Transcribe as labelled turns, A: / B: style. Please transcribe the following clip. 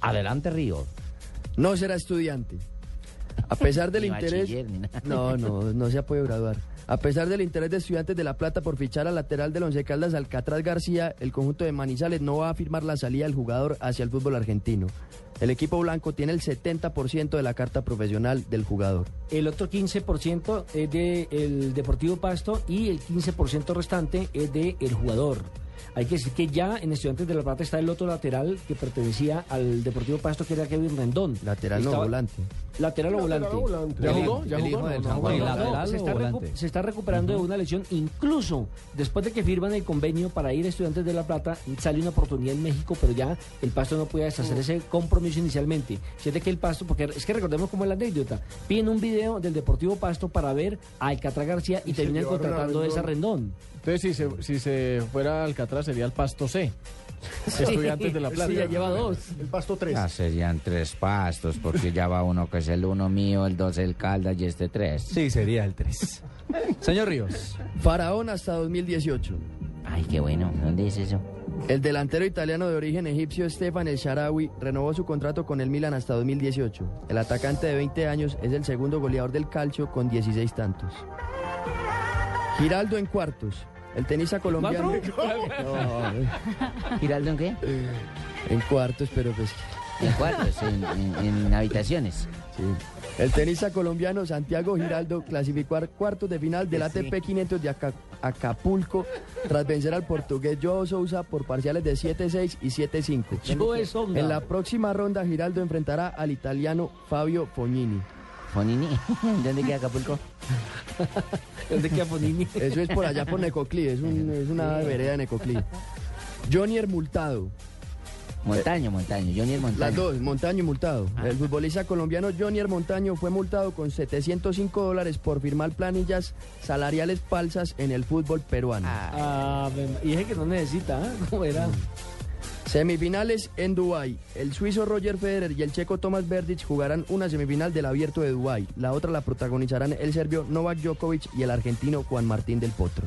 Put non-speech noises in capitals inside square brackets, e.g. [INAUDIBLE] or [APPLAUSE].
A: Adelante, Río.
B: No será estudiante. A
C: [LAUGHS]
B: pesar del
A: Ni
B: interés.
A: bachiller, ni nada.
B: No, no, no se ha podido graduar. A pesar del interés de estudiantes de La Plata por fichar al lateral del Once Caldas Alcatraz García, el conjunto de Manizales no va a firmar la salida del jugador hacia el fútbol argentino. El equipo blanco tiene el 70% de la carta profesional del jugador.
C: El otro 15% es del Deportivo Pasto y el 15% restante es del jugador. Hay que decir que ya en Estudiantes de la Plata está el otro lateral que pertenecía al Deportivo Pasto, que era Kevin Rendón.
B: Lateral no
C: Estaba-
B: volante.
C: Lateral o volante.
D: ¿Ya jugó? ¿Ya jugó? No, no,
C: Ah, Bueno,
D: no.
C: no, se, está recu- se está recuperando de una lesión, incluso después de que firman el convenio para ir a Estudiantes de La Plata, sale una oportunidad en México, pero ya el Pasto no puede deshacer ese compromiso inicialmente. Si es de que el Pasto, porque es que recordemos cómo es la anécdota, piden un video del Deportivo Pasto para ver a Alcatraz García y,
D: Y se
C: terminan
D: llevaron a
C: contratando esa Rendón.
D: Entonces, si se, si se fuera Alcatraz, sería el Pasto C. [LAUGHS] Estudiantes de La Plata.
C: [LAUGHS] Sí, ya lleva dos.
E: El pasto
B: Pues.
E: 3.
F: Ah,
G: Ya serían tres pastos, porque ya va uno que es el uno mío, el dos el Caldas y este tres.
F: Sí, sería el 3. Señor Ríos.
B: Faraón hasta 2018.
G: Ay, qué bueno. ¿Dónde es eso?
B: El delantero italiano de origen egipcio Stefan El Sharawi renovó su contrato con el Milan hasta 2018. El atacante de 20 años es el segundo goleador del calcio con 16 tantos. Giraldo en cuartos. El tenista colombiano. No,
G: ¿Giraldo en qué?
B: en cuartos, pero pues.
G: En cuartos, en, en- en habitaciones.
B: sí. El tenista colombiano Santiago Giraldo clasificó a cuartos de final del ATP 500 de Aca- Acapulco tras vencer al portugués Joao Sousa por parciales de 7-6 y 7-5.
C: Yo es onda.
B: En la próxima ronda, Giraldo enfrentará al italiano Fabio Fognini.
G: Fonini, [LAUGHS] ¿dónde queda Acapulco?
C: El de
D: [LAUGHS]
C: Chiaponini.
B: Eso es por allá por Necoclí, es, un- es una vereda de Necoclí. Johnny el Multado,
G: Montaño, Montaño, Johnny el
B: las
G: Montaño.
B: dos, Montaño y Multado. El futbolista colombiano Johnny el Montaño fue multado con 705 dólares por firmar planillas salariales falsas en el fútbol peruano.
C: Ah, y dije que no necesita, ¿eh? ¿Cómo era?
B: Semifinales en Dubái. El suizo Roger Federer y el checo Tomás Verdic jugarán una semifinal del Abierto de Dubái. La otra la protagonizarán el serbio Novak Djokovic y el argentino Juan Martín del Potro.